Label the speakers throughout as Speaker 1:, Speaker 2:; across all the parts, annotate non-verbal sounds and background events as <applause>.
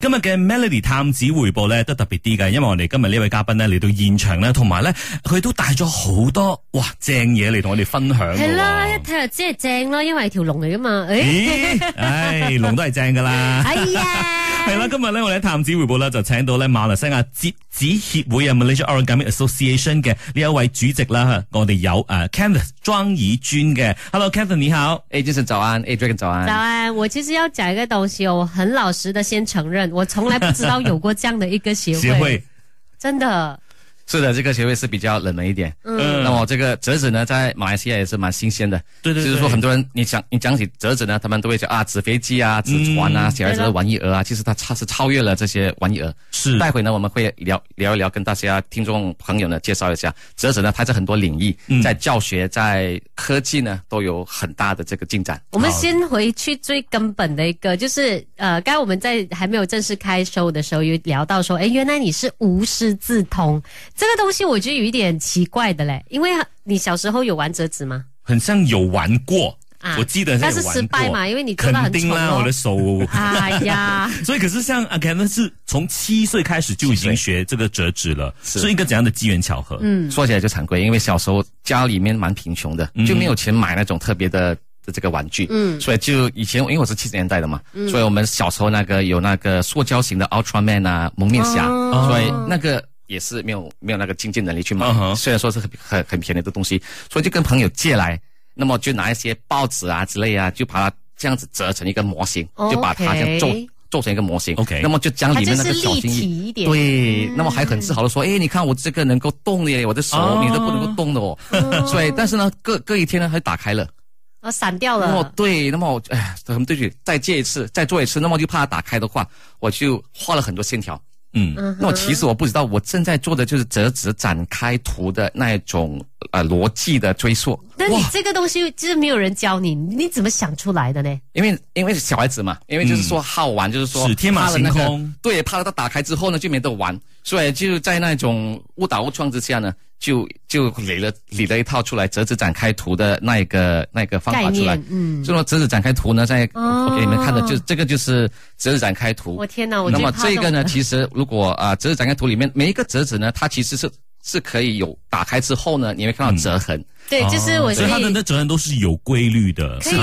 Speaker 1: 今日嘅 Melody 探子回報咧都特別啲嘅，因為我哋今日呢位嘉賓咧嚟到現場咧，同埋咧佢都帶咗好多哇正嘢嚟同我哋分享㗎喎。
Speaker 2: 係啦，一睇就知係正啦，因為係條龍嚟噶 <laughs> 嘛。誒，
Speaker 1: 咦，唉，龍都係正噶啦。
Speaker 2: <laughs> 哎
Speaker 1: 系
Speaker 2: 呀，
Speaker 1: 啦，今日咧我哋喺探子回報咧就請到咧馬來西亞折紙協會啊 Malaysia Origami Association 嘅呢一位主席啦，我哋有诶 Kenneth 莊以尊嘅，Hello Kenneth 你好，
Speaker 3: 哎，Jason 早安哎 d r a g o n 早安。
Speaker 2: 早安，我其實要講一個東西哦，我很老實的先承認，我從來不知道有過這樣的一個協會，
Speaker 1: 協會
Speaker 2: 真的，
Speaker 3: 是的，这个协会是比较冷门一点。
Speaker 2: 嗯，
Speaker 3: 那我这个折纸呢，在马来西亚也是蛮新鲜的。
Speaker 1: 對對對
Speaker 3: 就是说很多人，你讲你讲起折纸呢，他们都会讲啊，纸飞机啊，纸船啊，小孩
Speaker 2: 对
Speaker 3: 子的
Speaker 2: 的
Speaker 3: 玩意儿啊，其实它超是超越了这些玩意儿。
Speaker 1: 是
Speaker 3: 待会呢，我们会聊聊一聊，跟大家听众朋友呢介绍一下折纸呢，它在很多领域，在教学、在科技呢，都有很大的这个进展。
Speaker 2: 我们先回去最根本的一个，就是呃，刚才我们在还没有正式开 show 的时候，有聊到说，哎，原来你是无师自通，这个东西我觉得有一点奇怪的嘞，因为你小时候有玩折纸 <laughs> 吗？
Speaker 1: 很像有玩過，
Speaker 2: 啊
Speaker 1: 我記得很像
Speaker 2: 但
Speaker 1: 有
Speaker 2: 是
Speaker 1: 玩過
Speaker 2: 失败嘛，因为你做到
Speaker 1: 肯
Speaker 2: 很
Speaker 1: 定
Speaker 2: 丑
Speaker 1: 啦，
Speaker 2: 咯
Speaker 1: 我的手。
Speaker 2: 哎呀，
Speaker 1: <laughs> 所以，可是像阿 Kenneth 是从七岁开始就已经
Speaker 3: 七岁
Speaker 1: 学这个折纸了，
Speaker 3: 是
Speaker 1: 是一个怎样的机缘巧合？嗯，
Speaker 3: 说起来就惭愧，因为小时候家里面蛮贫
Speaker 2: 嗯
Speaker 3: 穷的，就没有钱买那种特别的。的这个玩具，嗯，所以就以前因为我是七十年代的嘛，
Speaker 2: 嗯
Speaker 3: 所以我们小时候那个有那个塑胶型的 Ultraman 啊，蒙面侠，
Speaker 2: 哦
Speaker 3: 所以那个也是没有没有那个经济能力去买
Speaker 1: 嗯哼
Speaker 3: 虽然说是很很很便宜的东西，所以就跟朋友借来，那么就拿一些报纸啊之类啊，就把它这样子折成一个模型，
Speaker 2: OK
Speaker 3: 就把它这样皱皱成一个模型
Speaker 1: OK
Speaker 3: 那么就将
Speaker 2: 它
Speaker 3: 里
Speaker 2: 就
Speaker 3: 面那
Speaker 2: 是
Speaker 3: 个小
Speaker 2: 立
Speaker 3: 心翼
Speaker 2: 体一点，嗯
Speaker 3: 对，那么还很自豪的说，哎，你看我这个能够动的耶，我的手、
Speaker 1: 哦
Speaker 3: 你都不能够动的哦。
Speaker 2: 嗯
Speaker 3: 所以，但是呢，隔隔一天呢，它就打开了。
Speaker 2: 哦，散掉
Speaker 3: 那么
Speaker 2: 了。
Speaker 3: 对，那么我哎，我们对不起，再借一次，再做一次，那么就怕它打开的话，我就画了很多线条。
Speaker 2: 嗯
Speaker 3: 那么其实我不知道，我正在做的就是折纸展开图的那一种呃逻辑的追溯。
Speaker 2: 但你这个东西就是没有人教你，你怎么想出来的呢？
Speaker 3: 因为因为是小孩子嘛，因为就是说好玩，就是说
Speaker 1: 是天马
Speaker 3: 怕了那个
Speaker 1: 行空
Speaker 3: 对，怕了他打开之后呢，就没得玩，所以就在那种误打误撞之下呢，就就理了理了一套出来折纸展开图的那一个那个方
Speaker 2: 概
Speaker 3: 法出来
Speaker 2: 念。，嗯，
Speaker 3: 所以说折纸展开图呢，在
Speaker 2: 哦
Speaker 3: 我给你们看的，就这个就是折纸展开图。
Speaker 2: 我天哪，我
Speaker 3: 那
Speaker 2: 最
Speaker 3: 么
Speaker 2: 怕
Speaker 3: 这个呢，
Speaker 2: 种
Speaker 3: 其实如果啊、折纸展开图里面每一个折纸呢，它其实是是可以有打开之后呢，你会看到折痕。
Speaker 2: 对，
Speaker 1: 啊
Speaker 2: 就是我
Speaker 1: 哦所
Speaker 2: 可
Speaker 1: 以他的
Speaker 2: 以
Speaker 1: 那啊折痕都是有规律的，
Speaker 2: 可以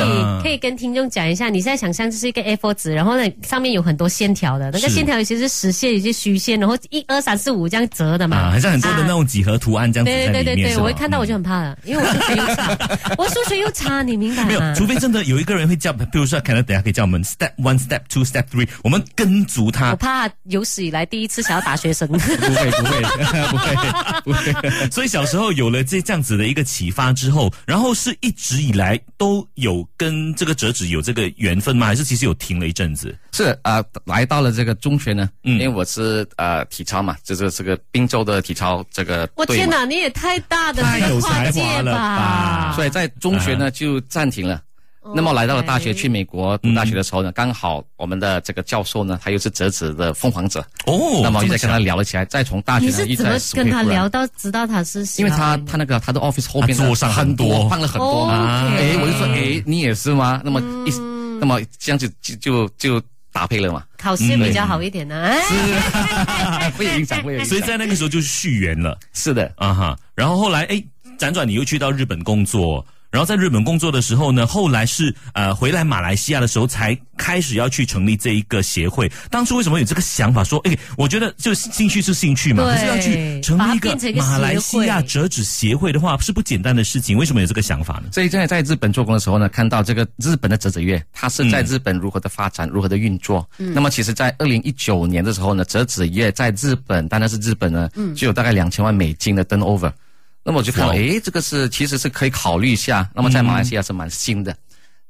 Speaker 2: 可以跟听众讲一下，你现在想象就是一个 A4 纸，然后呢上面有很多线条的，那
Speaker 1: 是
Speaker 2: 个线条有些是实线，有些虚线，然后一二三四五这样折的嘛，
Speaker 1: 啊，好像很多的那种几何图案这样子
Speaker 2: 对
Speaker 1: 在
Speaker 2: 对
Speaker 1: 里
Speaker 2: 对
Speaker 1: 面。
Speaker 2: 对，
Speaker 1: 是吧
Speaker 2: 我一看到我就很怕了，因为我数学又差， <laughs> 我数学又差，你明白
Speaker 1: 没有，
Speaker 2: 吗？
Speaker 1: 除非真的有一个人会叫，比如说可能等一下可以叫我们 step one、step two、step three，我们跟足
Speaker 2: 我 <laughs>
Speaker 1: 他。
Speaker 2: 怕有史以来第一次想要打学生。 <laughs>
Speaker 3: 不会不会不会不会。
Speaker 1: 所以小时候有了这这样子的一个启发之后，然后是一直以来都有跟这个折纸有这个缘分吗？还是其实有停了一阵子？
Speaker 3: 是啊、呃来到了这个中学呢，
Speaker 1: 嗯
Speaker 3: 因为我是呃体操嘛，就是这个滨州的体操这个
Speaker 2: 我
Speaker 3: 队
Speaker 2: 天
Speaker 3: 嘛，
Speaker 2: 哪，你也太大的
Speaker 1: 太有
Speaker 2: 跨界
Speaker 1: 才华了吧
Speaker 2: 吧！
Speaker 3: 所以在中学
Speaker 1: 啊
Speaker 3: 呢、就暂停了。
Speaker 2: 哦
Speaker 3: 那么来到了大学，去美国读大学的时候呢，刚好我们的这个教授呢，他又是折纸的疯狂者，
Speaker 1: 哦，
Speaker 3: 那么就
Speaker 1: 这
Speaker 3: 再跟他
Speaker 1: 巧
Speaker 3: 聊了起来，再从大学
Speaker 2: 你
Speaker 3: 呢
Speaker 2: 是
Speaker 3: 一直
Speaker 2: 怎么
Speaker 3: 在
Speaker 2: 跟他
Speaker 1: 啊
Speaker 3: school
Speaker 2: 聊
Speaker 3: program？
Speaker 2: 到知道他是喜
Speaker 3: 因
Speaker 2: 欢
Speaker 3: 为
Speaker 2: 你？
Speaker 3: 他他那个他的 office 后面呢
Speaker 1: 他啊桌上很
Speaker 3: 很
Speaker 1: 多嗯
Speaker 3: 放了很多
Speaker 2: 哦
Speaker 3: 嘛，
Speaker 2: OK 嗯
Speaker 3: 哎，我就说哎，你也是吗？那么一那么这样就就就就搭配
Speaker 1: <laughs>
Speaker 3: 了嘛，
Speaker 2: 考试比较好一点呢、
Speaker 1: 嗯
Speaker 2: 啊。
Speaker 3: 会有影响，会有影响。
Speaker 1: 所以在那个时候就续缘了
Speaker 3: 是的，
Speaker 1: 啊哈。然后后来哎，辗转你又去到日本工作，然后在日本工作的时候呢，后来是呃回来马来西亚的时候才开始要去成立这一个协会。当初为什么有这个想法说，哎，我觉得就兴趣是兴趣嘛，
Speaker 2: 对
Speaker 1: 可是要去成立一个马来西亚折纸协会的话，是不简单的事情。为什么有这个想法呢？
Speaker 3: 所以在在日本做工的时候呢，看到这个日本的折纸业，它是在日本如何的发展，如何的运作。
Speaker 1: 嗯
Speaker 3: 那么其实，在二零一九年的时候呢，折纸业在日本，单单是日本呢，就有大概两千万美金的 turnover。那么我就看到，
Speaker 1: 哇哦
Speaker 3: 诶，这个是其实是可以考虑一下。那么在马来西亚是蛮新的。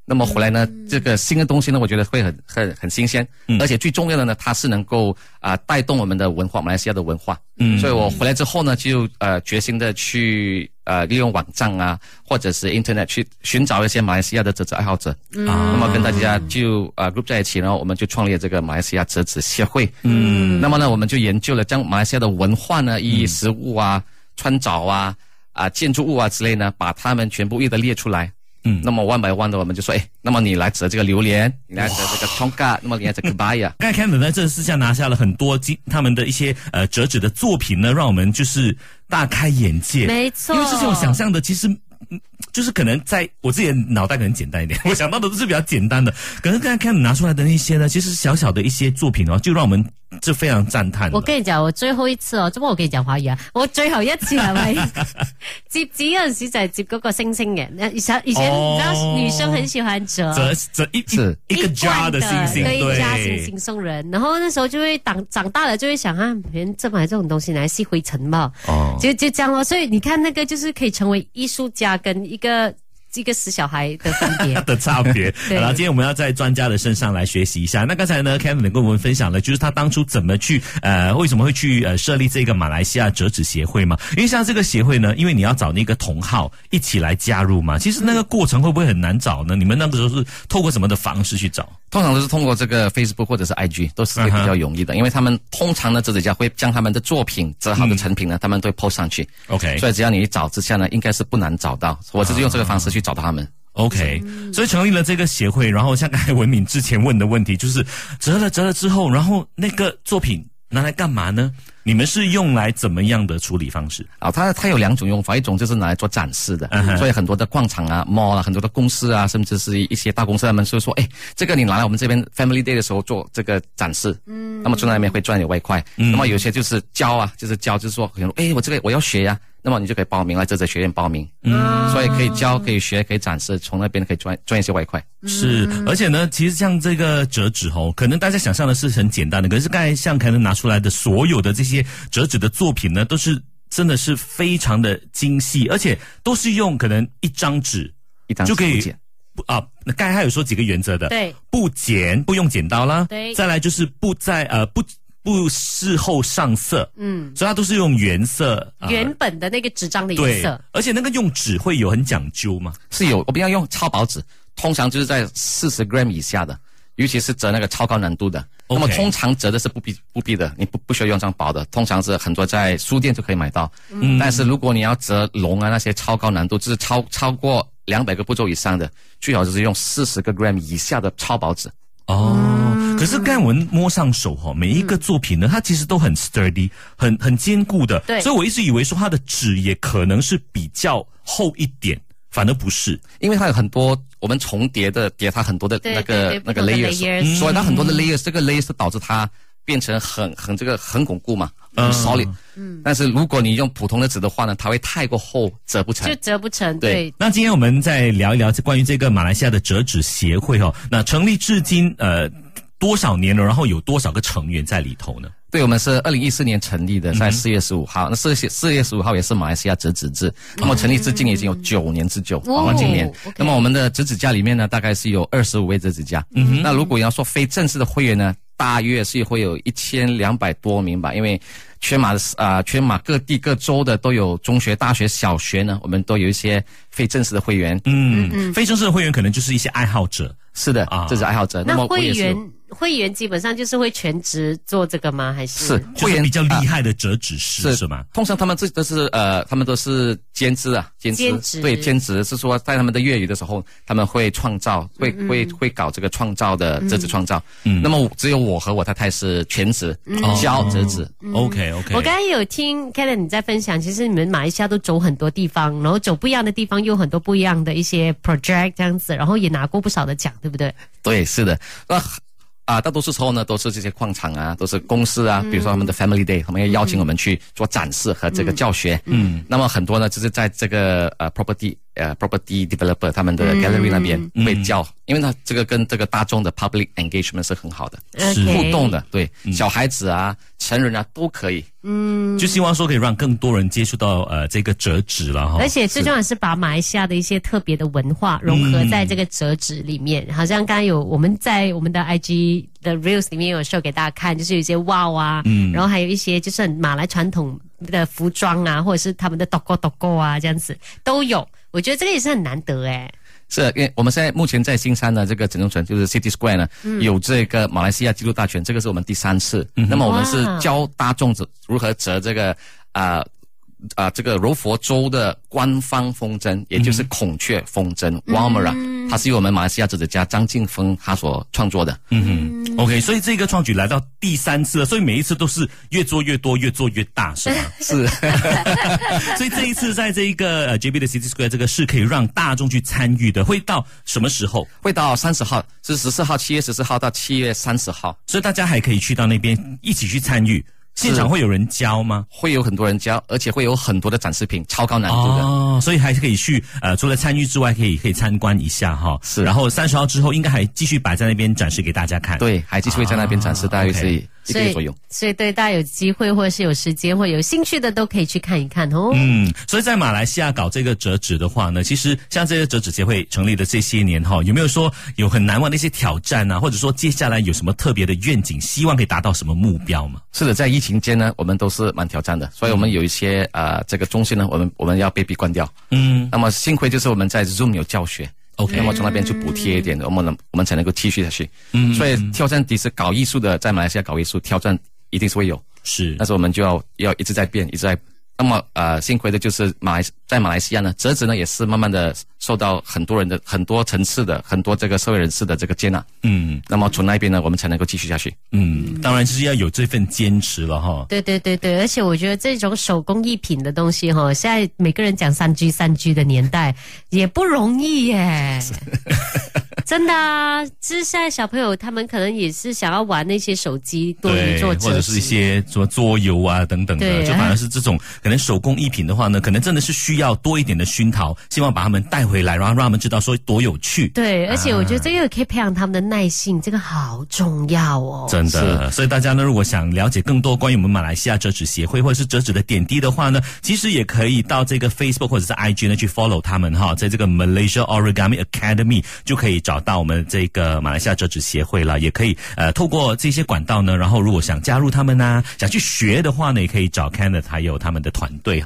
Speaker 3: 那么回来呢，这个新的东西呢，我觉得会很很很新鲜，而且最重要的呢，它是能够啊、带动我们的文化，马来西亚的文化。嗯，所以我回来之后呢，就呃决心的去呃利用网站啊，或者是 Internet 去寻找一些马来西亚的折纸爱好者。嗯，那么跟大家就呃 group 在一起，然后我们就创立了这个马来西亚折纸协会。嗯，那么呢，我们就研究了将马来西亚的文化呢，以食物啊、穿着啊、啊、建筑物啊之类呢，把它们全部一的列出来。嗯，那么 one by one 的，我们就说，哎，那么你来折这个榴莲，你来折这个 tonga，那么你来折 k b a y a
Speaker 1: 刚才 Kevin 在这私下拿下了很多经他们的一些呃折纸的作品呢，让我们就是大开眼界。
Speaker 2: 没错
Speaker 1: 因为这是我想象的，其实。嗯就是可能在我自己的脑袋可能简单一点，我想到的都是比较简单的。可是刚才 Kevin 拿出来的那些呢，其实小小的一些作品哦，就让我们就非常赞叹了。
Speaker 2: 我跟你講，我最後一次哦，做乜我跟你講華語啊？我最後一次
Speaker 1: <laughs>
Speaker 2: 係咪接紙嗰陣時就係接嗰個星星嘅？那以前以前
Speaker 1: 哦
Speaker 2: 你知道女生很喜歡折。
Speaker 1: 折折一
Speaker 3: 是
Speaker 1: 一一个
Speaker 2: 罐
Speaker 1: 家的星星，
Speaker 2: 对，一家
Speaker 1: 对，
Speaker 2: 星星送人，然后那时候就会长长大了就会想啊，别人这买这种东西拿来吸灰尘嘛，
Speaker 1: 哦，。
Speaker 2: 就就这样咯。所以你看那个就是可以成为艺术家跟一个一个死小孩的分别
Speaker 1: 的差别。好
Speaker 2: 对
Speaker 1: 了，今天我们要在专家的身上来学习一下。那刚才呢，Kevin 跟我们分享了，就是他当初怎么去呃，为什么会去呃设立这个马来西亚折纸协会嘛？因为像这个协会呢，因为你要找那个同号一起来加入嘛，其实那个过程会不会很难找呢？你们那个时候是透过什么的方式去找？
Speaker 3: 通常都是通过这个 Facebook 或者是 IG 都是会比较容易的，因为他们通常呢，折纸家会将他们的作品折好的成品呢，他们都会 post 上去。
Speaker 1: OK
Speaker 3: 所以只要你一找之下呢，应该是不难找到。我就是用这个方式去找到他们。
Speaker 1: OK，所以成立了这个协会，然后像刚才文敏之前问的问题，就是折了折了之后，然后那个作品拿来干嘛呢？你们是用来怎么样的处理方式？
Speaker 3: 啊，它它有两种用法，一种就是拿来做展示
Speaker 1: 嗯
Speaker 3: 的，所以很多的矿场啊、mall 啊、很多的公司啊，甚至是一些大公司，他们就说，哎，这个你拿来我们这边 Family Day 的时候做这个展示，嗯，那么坐在那边会赚点外快，
Speaker 1: 嗯
Speaker 3: 那么有些就是教啊，就是教，就是说，可能哎，我这个我要学呀、那么你就可以报名来这哲学院报名，嗯，所以可以教、可以学、可以展示，从那边可以赚赚一些外快。
Speaker 1: 是，
Speaker 2: 嗯
Speaker 1: 而且呢，其实像这个折纸哦，可能大家想象的是很简单的，可是刚才像凯能拿出来的所有的这些折纸的作品呢，都是真的是非常的精细，而且都是用可能一张纸
Speaker 3: 一张
Speaker 1: 就可以
Speaker 3: 图解
Speaker 1: 不啊，那刚才还有说几个原则的，
Speaker 2: 对，
Speaker 1: 不剪不用剪刀啦，
Speaker 2: 对
Speaker 1: 再来就是不在呃不不事后上色，
Speaker 2: 嗯，
Speaker 1: 所以它都是用原色， <laughs> 呃
Speaker 2: 原本的那个纸张的颜
Speaker 1: 对
Speaker 2: 色，，
Speaker 1: 而且那个用纸会有很讲究嘛，
Speaker 3: 是有，我们要用超薄纸，通常就是在四十 gram 以下的，尤其是折那个超高难度的。
Speaker 1: OK
Speaker 3: 那么通常折的是不必不必的，你不不需要用这样薄的，通常是很多在书店就可以买到。嗯，但是如果你要折龙啊那些超高难度，就是超超过两百个步骤以上的，最好就是用四十个 gram 以下的超薄纸。
Speaker 1: 哦，
Speaker 2: 嗯
Speaker 1: 可是盖文摸上手哈、哦，每一个作品呢，它其实都很 sturdy，很很坚固的。
Speaker 2: 嗯对
Speaker 1: 所以我一直以为说它的纸也可能是比较厚一点，反而不是。
Speaker 3: 因为它有很多我们重叠的叠它很多的
Speaker 2: 对
Speaker 3: 那个
Speaker 2: 对对
Speaker 3: 那个
Speaker 2: 不同的 layers 嗯
Speaker 3: 所以它很多的 layers，这个 layers 导致它变成很很这个很巩固嘛，很 solid。嗯，但是如果你用普通的纸的话呢，它会太过厚，折不成
Speaker 2: 就。折不成。
Speaker 3: 对
Speaker 2: 对，
Speaker 1: 那今天我们再聊一聊这关于这个马来西亚的折纸协会哦，那成立至今呃多少年了？然后有多少个成员在里头呢？
Speaker 3: 对，我们是二零一四年成立的，在四月十五号。那四月四月十五号也是马来西亚折纸日，那么成立至今已经有九年之久，
Speaker 2: 哦
Speaker 3: 包括今年
Speaker 2: OK。
Speaker 3: 那么我们的折纸家里面呢，大概是有二十五位折纸家。那如果要说非正式的会员呢，大约是会有一千两百多名吧，因为。全马的啊、全马各地各州的都有中学、大学、小学呢，我们都有一些非正式的会员。嗯，
Speaker 1: 嗯，非正式的会员可能就是一些爱好者。
Speaker 3: 是的
Speaker 1: 啊，
Speaker 3: 这是爱好者。
Speaker 2: 那
Speaker 3: 么我
Speaker 2: 会
Speaker 3: 也是有
Speaker 2: 员会员基本上就是会全职做这个吗？还是
Speaker 3: 是
Speaker 1: 就
Speaker 3: 会
Speaker 1: 是
Speaker 3: 员
Speaker 1: 比较
Speaker 3: 啊
Speaker 1: 厉害的折纸师、是吗？
Speaker 3: 通常他们这都是呃，他们都是兼职啊，兼职
Speaker 2: 兼职
Speaker 3: 对兼职是说在他们的业余的时候，他们会创
Speaker 2: 嗯
Speaker 3: 造，会会会搞这个创造的折纸创造。嗯，那么只有我和我太太是全职
Speaker 2: 嗯
Speaker 1: 哦
Speaker 3: 教折纸。
Speaker 1: OK OK，
Speaker 2: 我刚才有听 k e l l e n 你在分享，其实你们马来西亚都走很多地方，然后走不一样的地方，又有很多不一样的一些 project 这样子，然后也拿过不少的奖，对不对？
Speaker 3: 对，是的，那。啊，大多数时候呢，都是这些矿场啊，都是公司啊，比如说他们的 Family Day，他们要邀请我们去做展示和这个教学。嗯，那么很多呢，就是在这个呃 property 呃 property developer 他们的 gallery 那边会教，因为呢，这个跟这个大众的 public engagement 是很好的。
Speaker 1: 是
Speaker 2: OK
Speaker 3: 互动的，对，小孩子啊、成人啊都可以。
Speaker 1: 就希望说可以让更多人接触到呃这个折纸了哈。
Speaker 2: 而且最重要的是把马来西亚的一些特别的文化融合在这个折纸里面，好像刚刚有我们在我们的 IG 的 Reels 里面有 show 给大家看，就是有一些 wow 啊，然后还有一些就是很马来传统的服装啊，或者是他们的 dogo dogo 啊这样子都有，我觉得这个也是很难得哎、
Speaker 3: 是，因为我们现在目前在新山的这个整容城，就是 City Square 呢，
Speaker 1: 嗯
Speaker 3: 有这个马来西亚纪录大全，这
Speaker 1: 啊
Speaker 3: 个是我们第三次。那么我们是
Speaker 2: 哇
Speaker 3: 教大众怎如何折这个啊、啊、这个柔佛州的官方风筝，也就是
Speaker 1: 嗯
Speaker 3: 孔雀风筝 w a m a r a 它是由我们马来西亚作家张静峰他所创作的。
Speaker 1: 嗯哼，OK，所以这个创举来到第三次了，所以每一次都是越做越多，越做越大，是吗？
Speaker 3: <laughs> 是，啊
Speaker 1: 所以这一次在这一个呃 JB 的 City Square 这个是可以让大众去参与的，会到什么时候？
Speaker 3: 会到三十号，是十四号，七月十四号到七月三十号，
Speaker 1: 所以大家还可以去到那边一起去参与，现场会有人教吗？
Speaker 3: 会有很多人教，而且会有很多的展示品，超高难度啊的。
Speaker 1: 哦，所以还是可以去呃，除了参与之外，可以可以参观一下哈。
Speaker 3: 是
Speaker 1: 然后三十号之后应该还继续摆在那边展示给大家看。，
Speaker 3: 对，还继续会在那边展示，大约
Speaker 1: 哦
Speaker 3: 是
Speaker 1: OK
Speaker 3: 一个月左右。
Speaker 2: 所以对大家有机会或者是有时间或者有兴趣的都可以去看一看哦。
Speaker 1: 嗯，所以在马来西亚搞这个折纸的话呢，其实像这些折纸协会成立的这些年哈，有没有说有很难忘的一些挑战啊，或者说接下来有什么特别的愿景，希望可以达到什么目标吗？
Speaker 3: 是的，在疫情间呢，我们都是蛮挑战的，所以我们有一些呃这个中心呢，我们我们要被逼关掉。
Speaker 1: 嗯
Speaker 3: 那么幸亏就是我们在 Zoom 有教学。
Speaker 1: ，OK，嗯
Speaker 3: 那么从那边去补贴一点，我们能我们才能够继续下去。嗯，所以挑战其实搞艺术的，在马来西亚搞艺术挑战一定是会有，
Speaker 1: 是
Speaker 2: 呃
Speaker 3: 但是我们就要要一直在变，一直在。那么呃，幸亏的就是马来在马来西亚呢，折纸呢也是慢慢的受到很多人的很多层次的很多这个社会人士的这个接纳。
Speaker 1: 嗯
Speaker 3: 那么从那边呢，我们才能够继续下去。
Speaker 1: 嗯，当然就是要有这份坚持了哈。
Speaker 2: 对对对对，而且我觉得这种手工艺品的东西哈、现在每个人讲三 G 三 G 的年代也不容
Speaker 1: <laughs>
Speaker 2: 易耶。真的啊，就是现在小朋友他们可能也是想要玩那些手机多于
Speaker 1: 对，
Speaker 2: 做
Speaker 1: 或者
Speaker 2: 折
Speaker 1: 是一
Speaker 2: 纸。
Speaker 1: 些什么桌游啊等等的，
Speaker 2: 对
Speaker 1: 就反而是这种可能手工艺品的话呢，可能真的是需要多一点的熏陶，希望把他们带回来，然后让他们知道说多有趣。
Speaker 2: 对，而且我觉
Speaker 1: 啊
Speaker 2: 得这个也可以培养他们的耐性，这个好重要哦。
Speaker 1: 真的，所以大家呢，如果想了解更多关于我们马来西亚折纸协会或者是折纸的点滴的话呢，其实也可以到这个 Facebook 或者是 IG 呢去 follow 他们哈，在这个 Malaysia Origami Academy 就可以找到我们这个马来西亚折纸协会了，也可以呃透过这些管啊道呢，然后如果想加入他们呢、想去学的话呢，也可以找 Kenneth 还有他们的团队